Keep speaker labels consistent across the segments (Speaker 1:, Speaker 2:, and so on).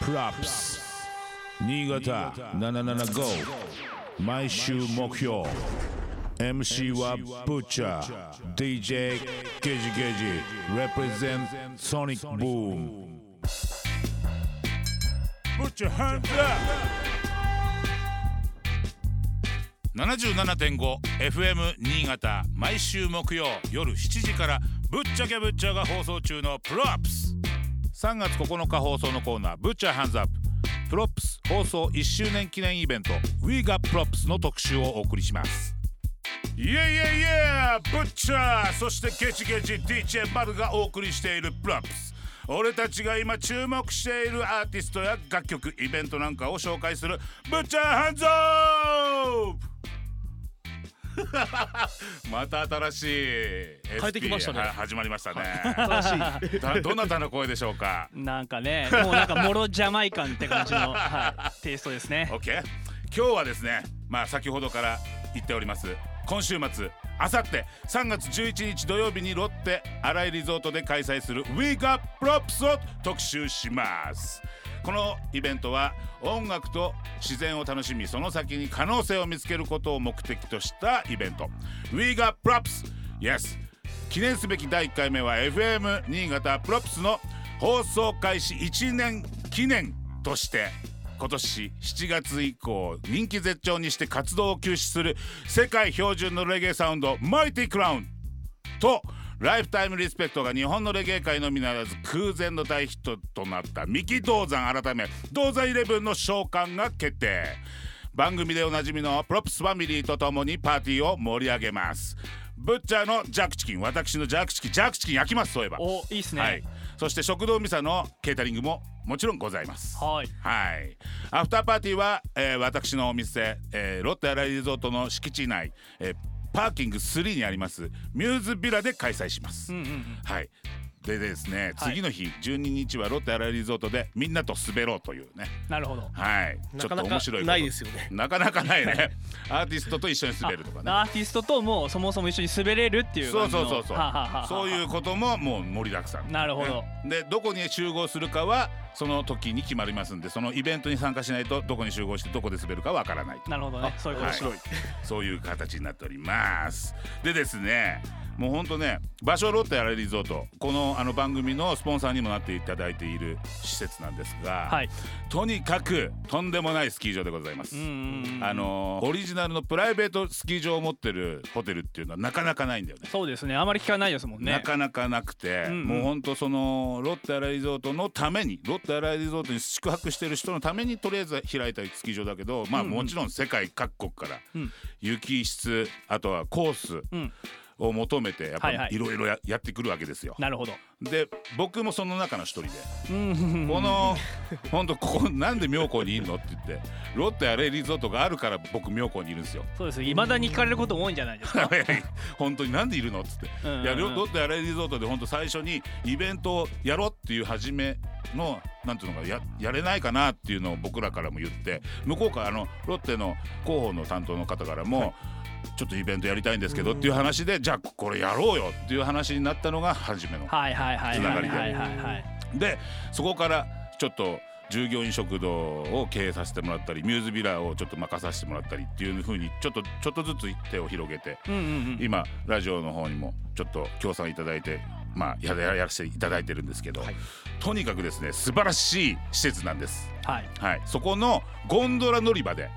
Speaker 1: プラップス新潟775毎週目標 MC はブッチャー DJ ゲジゲジ represent ソニックブーム Put your hands up!
Speaker 2: 77.5FM 新潟毎週木曜夜7時から「ぶっちゃけぶっちゃ」が放送中の「プロップス」3月9日放送のコーナー「ぶっちゃハンズアップ」「プロップス」放送1周年記念イベント「We Got Props」の特集をお送りしますイエイエイエイぶっちゃそしてゲチゲチ DJ バルがお送りしている「プロップス」俺たちが今注目しているアーティストや楽曲イベントなんかを紹介する「ぶっちゃハンズアップ」 また新しい SP
Speaker 3: 変えてきましたね
Speaker 2: は始まりましたね
Speaker 4: 新しい
Speaker 2: だど なたの声でしょうか
Speaker 3: なんかね、もうなんかモロジャマイカンって感じの、はい、テイストですね。
Speaker 2: OK 今日はですねまあ先ほどから言っております今週末あさって3月11日土曜日にロッテ新井リゾートで開催する We Got Props を特集しますこのイベントは音楽と自然を楽しみその先に可能性を見つけることを目的としたイベント We Got Props Yes 記念すべき第1回目は FM 新潟プロプスの放送開始1年記念として今年7月以降人気絶頂にして活動を休止する世界標準のレゲエサウンドマイティクラウンとライフタイムリスペクトが日本のレゲエ界のみならず空前の大ヒットとなった三木銅山改め銅山イレブンの召喚が決定番組でおなじみのプロプスファミリーとともにパーティーを盛り上げますブッチャーのジャックチキン私のジャックチキンジャックチキン焼きますそういえば
Speaker 3: お、いいっすね。
Speaker 2: はい、そして食堂ミサのケータリングももちろんございます
Speaker 3: はい。
Speaker 2: はい、アフターパーティーは、えー私のお店、えーロッテ新井リゾートの敷地内、えーパーキング3にありますミューズビラで開催します、
Speaker 3: うんうんうん。
Speaker 2: はいでですね
Speaker 3: はい
Speaker 2: 次の日、12日はロッテ新井リゾートでみんなと滑ろうというね
Speaker 3: なるほど。
Speaker 2: はい
Speaker 4: なか
Speaker 2: ちょ
Speaker 4: な
Speaker 2: っと
Speaker 4: か
Speaker 2: 面白いこと
Speaker 4: ないですよね
Speaker 2: なかなかないねアーティストと一緒に滑るとかね
Speaker 3: あアーティストともうそもそも一緒に滑れるっていう
Speaker 2: そう
Speaker 3: 感じ
Speaker 2: そう
Speaker 3: の
Speaker 2: そうそう
Speaker 3: はあはあはあはあ
Speaker 2: そういうことももう盛りだくさん
Speaker 3: なるほど
Speaker 2: ねでどこに集合するかはその時に決まりますんでそのイベントに参加しないとどこに集合してどこで滑るかわからないと
Speaker 3: なるほどねそういうこと
Speaker 2: は
Speaker 3: で
Speaker 2: い
Speaker 3: す、
Speaker 4: 白い
Speaker 2: そういう形になっておりますでですねもうほんとね場所ロッテアレリゾートこのあの番組のスポンサーにもなっていただいている施設なんですが、
Speaker 3: はい
Speaker 2: とにかくとんでもないスキー場でございます、
Speaker 3: うんうんうん
Speaker 2: あのーオリジナルのプライベートスキー場を持ってるホテルっていうのはなかなかないんだよね
Speaker 3: そうですねあまり聞かないですもん
Speaker 2: な
Speaker 3: ね
Speaker 2: かなかなくて、
Speaker 3: うんうん
Speaker 2: もうほんとそのロッテアライリゾートのためにロッテアライリゾートに宿泊してる人のためにとりあえず開いたスキー場だけどまあ
Speaker 3: うんうん
Speaker 2: もちろん世界各国から
Speaker 3: うん
Speaker 2: 雪質あとはコース
Speaker 3: うん
Speaker 2: を求めてやっぱ
Speaker 3: はいはい
Speaker 2: いろいろややってくるわけですよ。
Speaker 3: なるほど
Speaker 2: で僕もその中の一人で
Speaker 3: うんうんうん
Speaker 2: このほんとここなんで妙高にいるのって言ってロッテアライリゾートがあるから僕妙高にいるん ですよ。
Speaker 3: そうですいまだに聞かれることも多いんじゃないですか
Speaker 2: 本当になんでいるのっつって。
Speaker 3: うんうんうん
Speaker 2: いやロロッテアレリゾートで本当最初にイベントをやろうっていう初めのなんていうのかややれないかなっていうのを僕らからも言って向こうからあのロッテの広報の担当の方からも、ちょっとイベントやりたいんですけどっていう話で、じゃあこれやろうよっていう話になったのが初めの。
Speaker 3: はいはいはい
Speaker 2: つ
Speaker 3: は
Speaker 2: ないが
Speaker 3: はい
Speaker 2: りで
Speaker 3: はいはい
Speaker 2: でそこからちょっと従業員食堂を経営させてもらったりミューズビラをちょっと任させてもらったりっていうふうにちょっとちょっとずつ手を広げて
Speaker 3: うんうんうん
Speaker 2: 今ラジオの方にもちょっと協賛いただいてまあやらやらせていただいてるんですけど、
Speaker 4: はい
Speaker 2: とにかくですね素晴らしい施設なんです。
Speaker 3: はい
Speaker 2: はい、そこのゴンドラ乗り場で、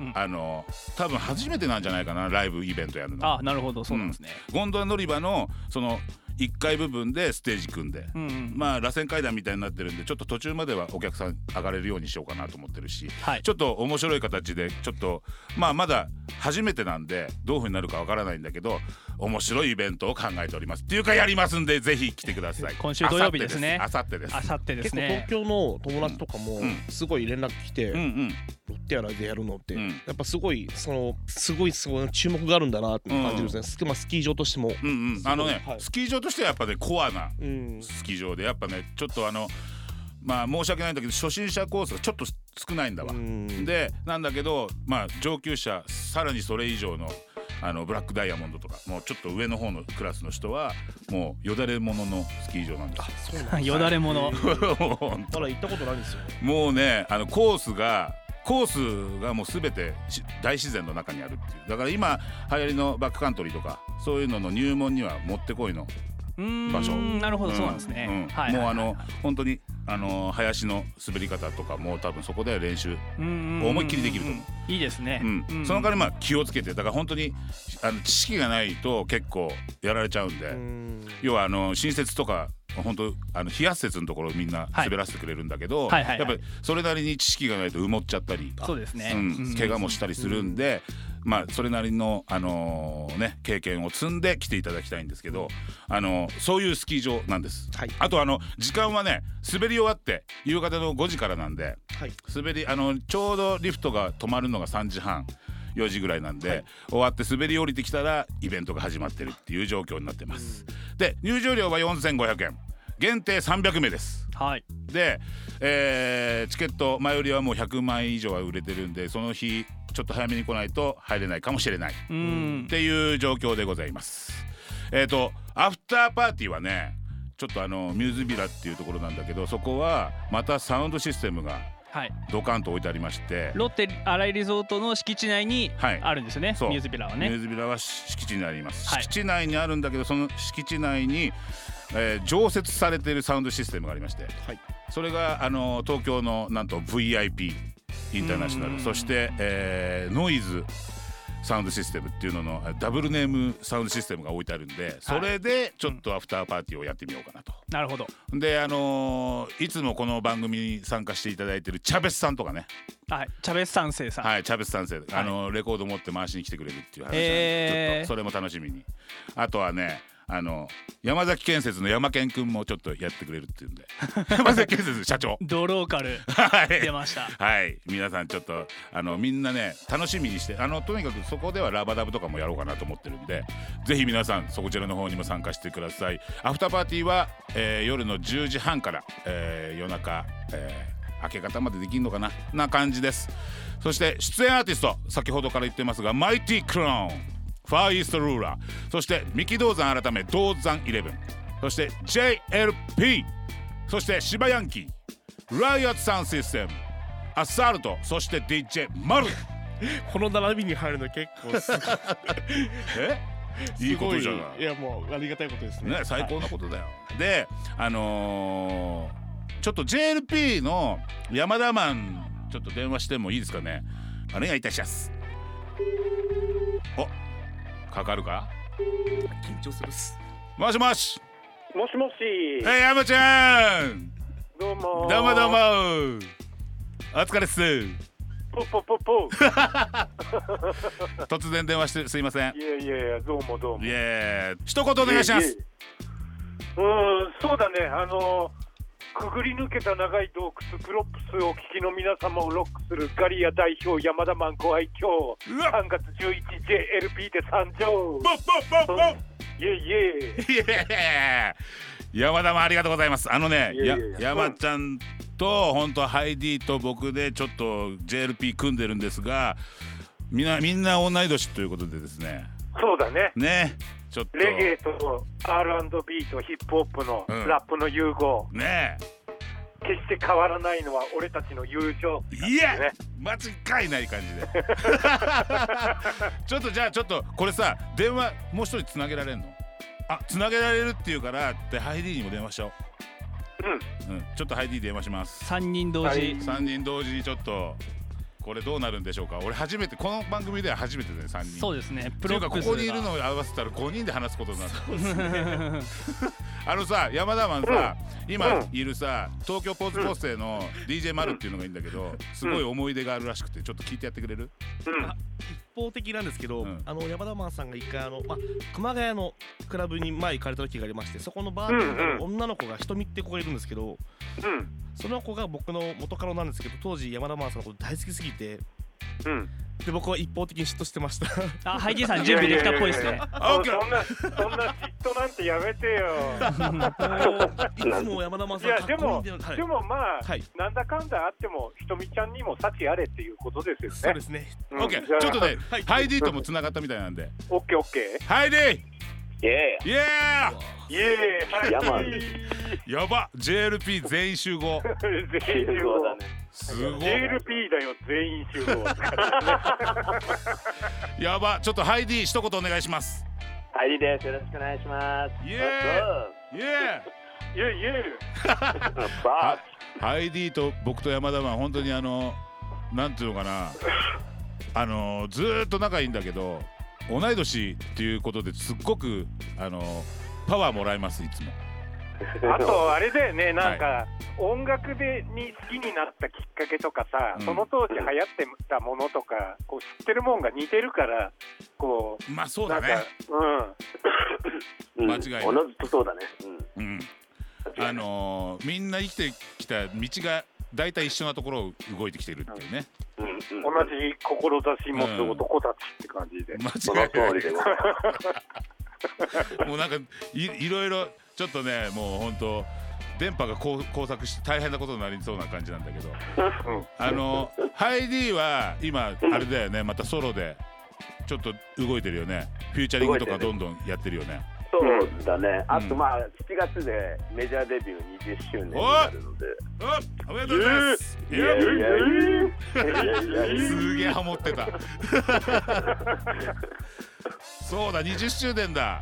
Speaker 3: うん
Speaker 2: あの多分初めてなんじゃないかなライブイベントやるの。
Speaker 3: あなるほどそうなんですね
Speaker 2: ゴンドラ乗り場のその1階部分でステージ組んで、
Speaker 3: うんうん
Speaker 2: まあ螺旋階段みたいになってるんでちょっと途中まではお客さん上がれるようにしようかなと思ってるし、
Speaker 3: はい
Speaker 2: ちょっと面白い形でちょっとまあまだ初めてなんでどういう風になるかわからないんだけど面白いイベントを考えておりますっていうかやりますんでぜひ来てください
Speaker 3: 今週土曜日ですね
Speaker 2: あさってです
Speaker 3: あさってで
Speaker 4: 結
Speaker 3: す
Speaker 4: 構
Speaker 3: ね
Speaker 4: 東京の友達とかも
Speaker 2: うん
Speaker 4: すごい連絡来て、
Speaker 2: うんうん
Speaker 4: ロッテアラでやるのって、
Speaker 2: うん
Speaker 4: やっぱすごいそのすごいすごい注目があるんだなって感じるんですね、すまあ、スキー場としても、
Speaker 2: うんうんあのね、
Speaker 4: はい
Speaker 2: スキー場としてはやっぱねコアな
Speaker 4: うん、
Speaker 2: スキー場でやっぱねちょっとあのまあ申し訳ないんだけど初心者コースがちょっと少ないんだわ、
Speaker 4: うん
Speaker 2: でなんだけどまあ上級者さらにそれ以上のあのブラックダイヤモンドとかもうちょっと上の方のクラスの人はもうよだれもののスキー場なんです
Speaker 4: そうなん
Speaker 3: よだれも
Speaker 2: も
Speaker 3: の
Speaker 2: う本
Speaker 4: まだ行ったことないんですよ
Speaker 2: 当 もうねあのコースがコースがもう全てし大自然の中にあるっていうだから今流行りのバックカントリーとかそういうのの入門にはもってこいの
Speaker 3: うーん
Speaker 2: 場所
Speaker 3: なるほど、
Speaker 2: ん
Speaker 3: そうなんですね。はい
Speaker 2: もう
Speaker 3: はい
Speaker 2: あの本当にあの林の滑り方とかも多分そこで練習、思
Speaker 3: 思
Speaker 2: いっきりできると思う。
Speaker 3: いいですね。
Speaker 2: うん
Speaker 3: うん
Speaker 2: その代わりまあ気をつけてだから本当にあの知識がないと結構やられちゃうんで、
Speaker 4: うん
Speaker 2: 要はあの新設とか本当あの冷や設のところをみんな
Speaker 3: はい
Speaker 2: 滑らせてくれるんだけど、
Speaker 3: はいはいはい
Speaker 2: やっぱりそれなりに知識がないと埋もっちゃったり
Speaker 3: そうですね。
Speaker 2: うん
Speaker 3: うん
Speaker 2: 怪我もしたりするんで、まあそれなりの、あのーね、経験を積んで来ていただきたいんですけど、あのーそういうスキー場なんです。
Speaker 4: はい
Speaker 2: あとあの時間はね滑り終わって夕方の5時からなんで
Speaker 4: はい
Speaker 2: 滑りあのちょうどリフトが止まるのが3時半4時ぐらいなんで、終わって滑り降りてきたらイベントが始まってるっていう状況になってます。で入場料は4500円限定300名です。
Speaker 3: はい。
Speaker 2: で、えーチケット前売りはもう100枚以上は売れてるんでその日ちょっと早めに来ないと入れないかもしれないっ
Speaker 3: うん。
Speaker 2: ていう状況でございますえっ、とアフターパーティーはねちょっとあのミューズビラっていうところなんだけどそこはまたサウンドシステムが
Speaker 3: はい。
Speaker 2: ドカンと置いてありまして
Speaker 3: ロッテ新井リゾートの敷地内に
Speaker 2: はい
Speaker 3: あるんですよね。
Speaker 2: そう
Speaker 3: ミューズビラは
Speaker 2: ミュ
Speaker 3: ね。
Speaker 2: ーズビラは敷地にあります、
Speaker 3: はい
Speaker 2: 敷地内にあるんだけどその敷地内に、えー常設されているサウンドシステムがありまして
Speaker 4: はい
Speaker 2: それがあの東京のなんと VIP インターナショナ
Speaker 3: う
Speaker 2: ル
Speaker 3: ん
Speaker 2: そして、えーノイズサウンドシステムっていうののダブルネームサウンドシステムが置いてあるんでそれでちょっとアフターパーティーをやってみようかなと。
Speaker 3: なるほど。
Speaker 2: であのーいつもこの番組に参加していただいてるチャベスさんとかね
Speaker 3: はい。チャベス三世さん。
Speaker 2: はいチャベス三世、あのーレコード持って回しに来てくれるっていう話なんで、
Speaker 3: へ
Speaker 2: ち
Speaker 3: ー
Speaker 2: ょっとそれも楽しみにあとはねあの山崎建設の山健くんもちょっとやってくれるってい うんで山崎建設社長
Speaker 3: ドロー カル
Speaker 2: はい
Speaker 3: 出ました。
Speaker 2: はい皆さんちょっとあのみんなね楽しみにしてあのとにかくそこではラバダブとかもやろうかなと思ってるんでぜひ皆さんそこちらの方にも参加してくださいアフターパーティーは、えー夜の10時半から、えー夜中、えー明け方までできるのかなな感じですそして出演アーティスト先ほどから言ってますがマイティクローンファーイーストルーラーそして三木銅山改め銅山イレブンそして JLP そして芝ヤンキーライアットサウンドシステムアサルトそして DJ マル
Speaker 4: この並びに入るの結構す ごい
Speaker 2: えいいことじゃない
Speaker 4: いやもうありがたいことですね
Speaker 2: ね最高なことだよ、であのーちょっと JLP の山田マンちょっと電話してもいいですかねお願いいたしますおかかるか
Speaker 4: 緊張するっす
Speaker 2: もしもし
Speaker 5: もしもし。
Speaker 2: えー、山ちゃん
Speaker 5: どうも。
Speaker 2: どうもどうも。お疲れっす
Speaker 5: ぽぽ ぽぽ。
Speaker 2: 突然電話してすいません
Speaker 5: いやいやいや、どうもどうも。
Speaker 2: いえ一言お願いします
Speaker 5: ええ。うん、そうだね。あのくぐり抜けた長い洞窟プロップスをお聞きの皆様をロックするガリア代表山田マンご愛嬌
Speaker 2: うわ
Speaker 5: 3月 11JLP で参上
Speaker 2: ボッボッボッボッ
Speaker 5: いえいえ
Speaker 2: いや山田もありがとうございますあのね
Speaker 5: いやいやいや
Speaker 2: や山ちゃんと本当ハイディと僕でちょっと JLP 組んでるんですがみんなみんな同い年ということでですね
Speaker 5: そうだ ね
Speaker 2: ねちょっと
Speaker 5: レゲエと R&B とヒップホップの
Speaker 2: うん
Speaker 5: ラップの融合、
Speaker 2: ね
Speaker 5: 決して変わらないのは俺たちの友情
Speaker 2: いや
Speaker 5: ね
Speaker 2: 間違いない感 じでちょっとじゃあちょっとこれさ電話もう一人つなげられんのあつなげられるっていうからってハイディにも電話しちゃおう
Speaker 5: うん
Speaker 2: うんちょっとハイディ電話します
Speaker 3: 三人同
Speaker 5: はい
Speaker 3: 時。
Speaker 2: 三人同時にちょっとこれどうなるんでしょうか俺初めてこの番組では初めてで3人
Speaker 3: そう
Speaker 2: う
Speaker 3: ですね。
Speaker 2: プ
Speaker 3: プロ
Speaker 2: うか
Speaker 3: ッ
Speaker 2: こ
Speaker 3: プス
Speaker 2: こにいる
Speaker 3: が
Speaker 2: のを合わせたら5人で話すことになる あのさ山田マンさ、今いるさ東京ポーズ構成の DJ マルっていうのがいいんだけどすごい思い出があるらしくてちょっと聞いてやってくれる
Speaker 5: うん
Speaker 4: 一方的なんですけど、
Speaker 2: うん
Speaker 4: あの山田マンさんが一回あの、まあ、熊谷のクラブに前行かれた時がありましてそこのバーテンダーの女の子が瞳って子がいるんですけど
Speaker 5: うん
Speaker 4: その子が僕の元カノなんですけど当時山田マンさんのこと大好きすぎて
Speaker 5: うん
Speaker 4: で僕は一方的に嫉妬してま した
Speaker 3: あハイジさん準備できたっぽいですね
Speaker 5: もう
Speaker 2: OK
Speaker 5: そんなそんな嫉妬なんてやめてよ
Speaker 4: いつも山田真央
Speaker 5: い
Speaker 4: さん
Speaker 5: や
Speaker 4: か
Speaker 5: で
Speaker 4: っこいい
Speaker 5: も
Speaker 4: んだよはい
Speaker 5: でもまあ、
Speaker 4: はい
Speaker 5: なんだかんだあってもひとみちゃんにも幸あれっていうことですよね
Speaker 4: そうですね
Speaker 5: うん
Speaker 2: OK
Speaker 5: じゃあ
Speaker 2: ちょっとね
Speaker 4: はい
Speaker 2: ハイディともつながったみたいなんで
Speaker 5: オッケーオッケ
Speaker 2: ハイデ
Speaker 6: イエ
Speaker 2: ィイエ
Speaker 5: ーイエーイ
Speaker 6: 山
Speaker 5: はい
Speaker 2: ーイやば JLP 全員集合
Speaker 6: ー
Speaker 5: 全
Speaker 6: イ
Speaker 5: 員集
Speaker 6: 集合
Speaker 5: 合
Speaker 6: だね
Speaker 2: すごい
Speaker 5: JLP だよ全員集合
Speaker 2: やばちょっとハイディ一言お願いします
Speaker 6: ハイリですよろしくお願いします
Speaker 2: イエーイ
Speaker 6: ー
Speaker 2: イエ
Speaker 5: いやいや
Speaker 6: バ
Speaker 2: ーイハイディと僕と山田は本当にあのなんていうのかなあのずーっと仲いいんだけど同い年っていうことですっごくあのパワーもらいますいつも
Speaker 6: ー
Speaker 5: あとあれだよねなんか、音楽でに好きになったきっかけとかさ、
Speaker 2: うん
Speaker 5: その当時流行ってたものとかこう知ってるもんが似てるからこう
Speaker 2: まあそう
Speaker 5: な
Speaker 2: だ
Speaker 5: んか
Speaker 2: ね
Speaker 5: うん
Speaker 6: うん
Speaker 2: 間違いない
Speaker 6: おのずとそうだねうん
Speaker 2: うんあのーみんな生きてきた道が大体一緒なところを動いてきてるっていうね、
Speaker 6: うんうん
Speaker 5: 同じ志持つ男たちって感じで、
Speaker 6: そ
Speaker 2: 間違
Speaker 6: の
Speaker 2: いない
Speaker 6: 通りでございます
Speaker 2: もうなんかいいろいろちょっとねもう本当電波が交交錯して大変なことになりそうな感じなんだけど、
Speaker 5: うん
Speaker 2: あのハイディは今あれだよねまたソロでちょっと動いてるよねフューチャリングとかどんどんやってるよね
Speaker 6: そうだねあと
Speaker 2: うん
Speaker 6: まあ7月でメジャーデビュー20周年になるので
Speaker 2: おおめでとうございます、
Speaker 6: いやいやいやいやいやいや
Speaker 2: すげえハモってたそうだ20周年だ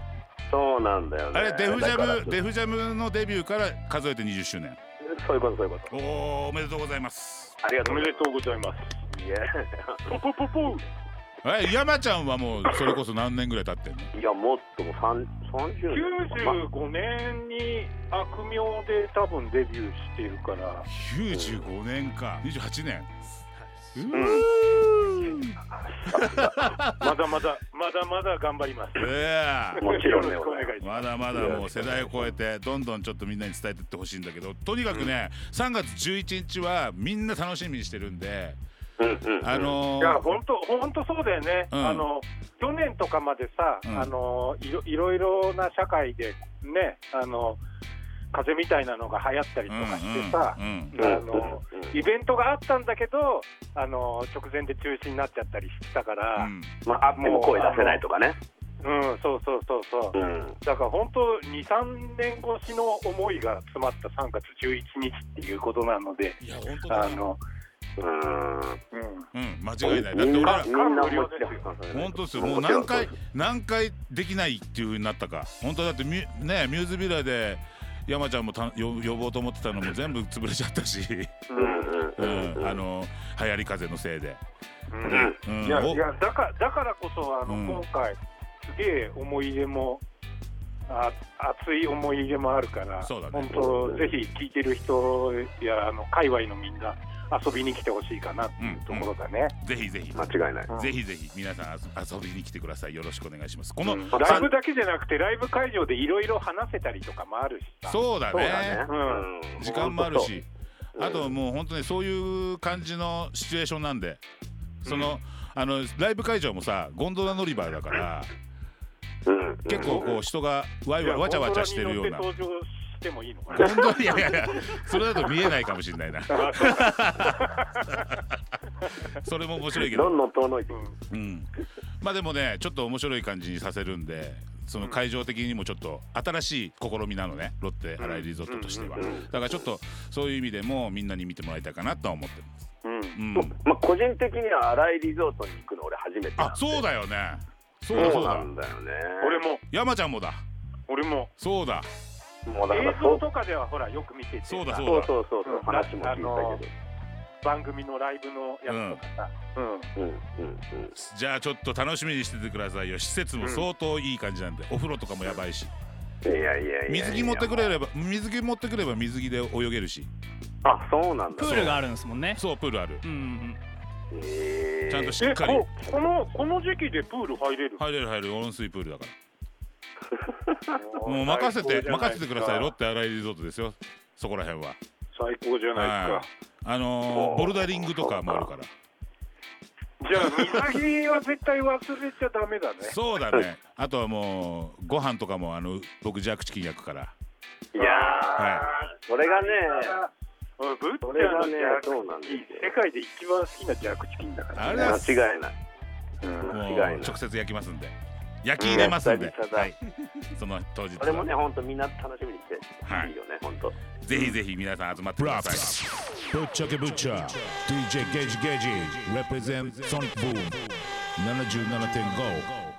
Speaker 6: そうなんだよね
Speaker 2: あれデフジ
Speaker 6: だから
Speaker 2: ャムデフジャムのデビューから数えて20周年
Speaker 6: そういうことそういうこと
Speaker 2: おおおめでとうございます
Speaker 6: ありがと
Speaker 5: お
Speaker 6: うご
Speaker 5: め
Speaker 6: ざ
Speaker 5: で
Speaker 6: い
Speaker 5: とうございます
Speaker 6: ますいや
Speaker 5: ポポポポ
Speaker 2: え山ちゃんはもうそれこそ何年ぐらい経ってんの
Speaker 6: いやもっともう三三十
Speaker 5: 95年に悪名で多分デビューしてる から
Speaker 2: 95年か28年うー
Speaker 5: まだまだまだまだ頑張ります
Speaker 2: ええ
Speaker 6: もちろんね
Speaker 5: よろしくお願いします
Speaker 2: まだまだもう世代を超えてどんどんちょっとみんなに伝えてってほしいんだけどとにかくね3月11日はみんな楽しみにしてるんで
Speaker 6: うんうん
Speaker 2: あの
Speaker 5: いや
Speaker 2: ー
Speaker 5: 本当本当そうだよね、
Speaker 2: うん
Speaker 5: あの去年とかまでさ、
Speaker 2: うん
Speaker 5: あのいろいろいろな社会でねあの風邪みたいなのが流行ったりとかしてさ、
Speaker 2: うんうん
Speaker 6: うん
Speaker 5: あの
Speaker 6: うん
Speaker 5: イベントがあったんだけどあの直前で中止になっちゃったりしてたか
Speaker 2: う
Speaker 5: ら、
Speaker 2: ん
Speaker 6: まああっても声出せないとかね
Speaker 5: うんそうそうそうそう、
Speaker 6: うん
Speaker 5: だから本当23年越しの思いが詰まった3月11日っていうことなので
Speaker 2: いや本当
Speaker 5: あ
Speaker 2: だね
Speaker 5: の、
Speaker 6: うん
Speaker 5: うん、
Speaker 2: うん間違いないだっ
Speaker 6: み
Speaker 2: て俺
Speaker 6: んな
Speaker 2: ら
Speaker 6: みんな思い
Speaker 5: 感無量です
Speaker 6: っきり
Speaker 2: 本当ですよもう何回何回できないっていう風になったか本当だってミュねミューズビラで山ちゃんもた呼呼ぼうと思ってたのも全部潰れちゃったし、
Speaker 6: うんうん
Speaker 2: う
Speaker 6: うんうん
Speaker 2: ん、あの流行り風のせいで、
Speaker 6: うん
Speaker 2: うん、
Speaker 5: いや
Speaker 2: お
Speaker 5: いやだからだからこそあの、
Speaker 2: うん
Speaker 5: 今回すげえ思い入れもあ熱い思い入れもあるから、
Speaker 2: そうだね
Speaker 5: 本当ぜひ聞いてる人やあの界隈のみんな遊びに来てほしいかなっていうところだね、
Speaker 2: ぜひぜひ
Speaker 6: 間違いない
Speaker 5: うん
Speaker 2: ぜひぜひ皆さん遊遊びに来てくださいよろしくお願いしますこの、
Speaker 5: うん
Speaker 2: さん
Speaker 5: ライブだけじゃなくてライブ会場でいろいろ話せたりとかもあるしさ
Speaker 2: そうだ
Speaker 6: そう
Speaker 2: ね
Speaker 6: だね
Speaker 5: うん
Speaker 6: うん
Speaker 2: 時間もある
Speaker 6: 本
Speaker 2: し
Speaker 6: 当そう
Speaker 2: あともう本当にそういう感じのシチュエーションなんでその、あのライブ会場もさゴンドラ乗り場だから
Speaker 6: うんうん
Speaker 2: 結構こう人がワイワイわちゃわちゃしてるような
Speaker 5: ゴンドラに乗って登場してもいいのか
Speaker 2: ゴ
Speaker 5: な
Speaker 2: ンドラいやいやいやそれだと見えないかもしれない なそれも面白いけど
Speaker 6: どんどん遠のいていく
Speaker 2: うん、まあでもねちょっと面白い感じにさせるんでその会場的にもちょっと新しい試みなのねロッテ新井リゾートとしては
Speaker 6: うんうんうん
Speaker 2: だからちょっとそういう意味でもみんなに見てもらいたいかなとは思ってます、
Speaker 5: うん
Speaker 2: うん
Speaker 6: ま、まあ個人的には新井リゾートに行くの俺初めてなん
Speaker 2: あ
Speaker 6: で
Speaker 2: そうだよねそうだ
Speaker 6: そ
Speaker 2: そうう
Speaker 6: な
Speaker 2: だ
Speaker 6: んだよね
Speaker 5: 俺も
Speaker 2: 山ちゃんもだ
Speaker 5: 俺も
Speaker 2: そうだ
Speaker 6: もうだか
Speaker 5: 映
Speaker 6: らそ
Speaker 5: 像
Speaker 6: う
Speaker 5: とかではほらよく見てて
Speaker 2: そうだ
Speaker 5: さ
Speaker 6: そうそうそうそう話も聞いたけど
Speaker 5: 番組のライブのやつとかさ、うん
Speaker 6: うんうんうん
Speaker 2: じゃあちょっと楽しみにしててくださいよ施設も相当いい感じなんで、お風呂とかもやばいし
Speaker 6: いやいやいやいや
Speaker 2: 水着持ってくれれば水着持ってくれば水着で泳げるし
Speaker 6: あそうなんだ
Speaker 3: プールがあるんですもんね
Speaker 2: そうプールある
Speaker 3: うんうん
Speaker 6: へー
Speaker 2: ちゃんとしっ
Speaker 5: え
Speaker 2: かり
Speaker 5: ここのこの時期でプール入れる
Speaker 2: 入れる入れる温水プールだからもう任せて任せてくださいロッテ新井リゾートですよそこら辺は
Speaker 5: 最高じゃない
Speaker 2: あのーボルダリングとかもあるから
Speaker 5: ですかじゃあ、水着は絶対忘れちゃダメだね。
Speaker 2: そうだねあとはもうご飯とかもあの僕ジャックチキン焼くから
Speaker 6: いやー、
Speaker 2: は
Speaker 6: それがね、
Speaker 5: うんブッチャ
Speaker 6: それ
Speaker 5: ーの
Speaker 6: が
Speaker 5: ジ
Speaker 6: ね
Speaker 5: ャー、ク
Speaker 6: そうなんで
Speaker 5: チキン、世界で一番好きなジャークチキンだから。
Speaker 2: あれだ
Speaker 6: 間
Speaker 2: もう
Speaker 6: 違いない。うん、間違いない
Speaker 2: 直。接焼きますんで焼き入れますんで、
Speaker 6: うん久々だ
Speaker 2: はい、その当日
Speaker 6: それもね、
Speaker 2: は、
Speaker 6: 本当みんな楽しみにして、
Speaker 2: はい
Speaker 6: いいよね、本当。
Speaker 2: ぜひぜひ皆さん集まってください
Speaker 1: Props. Butcher ke Butcher. DJ Gage Gage. Represent Sonic Boom. 77.5.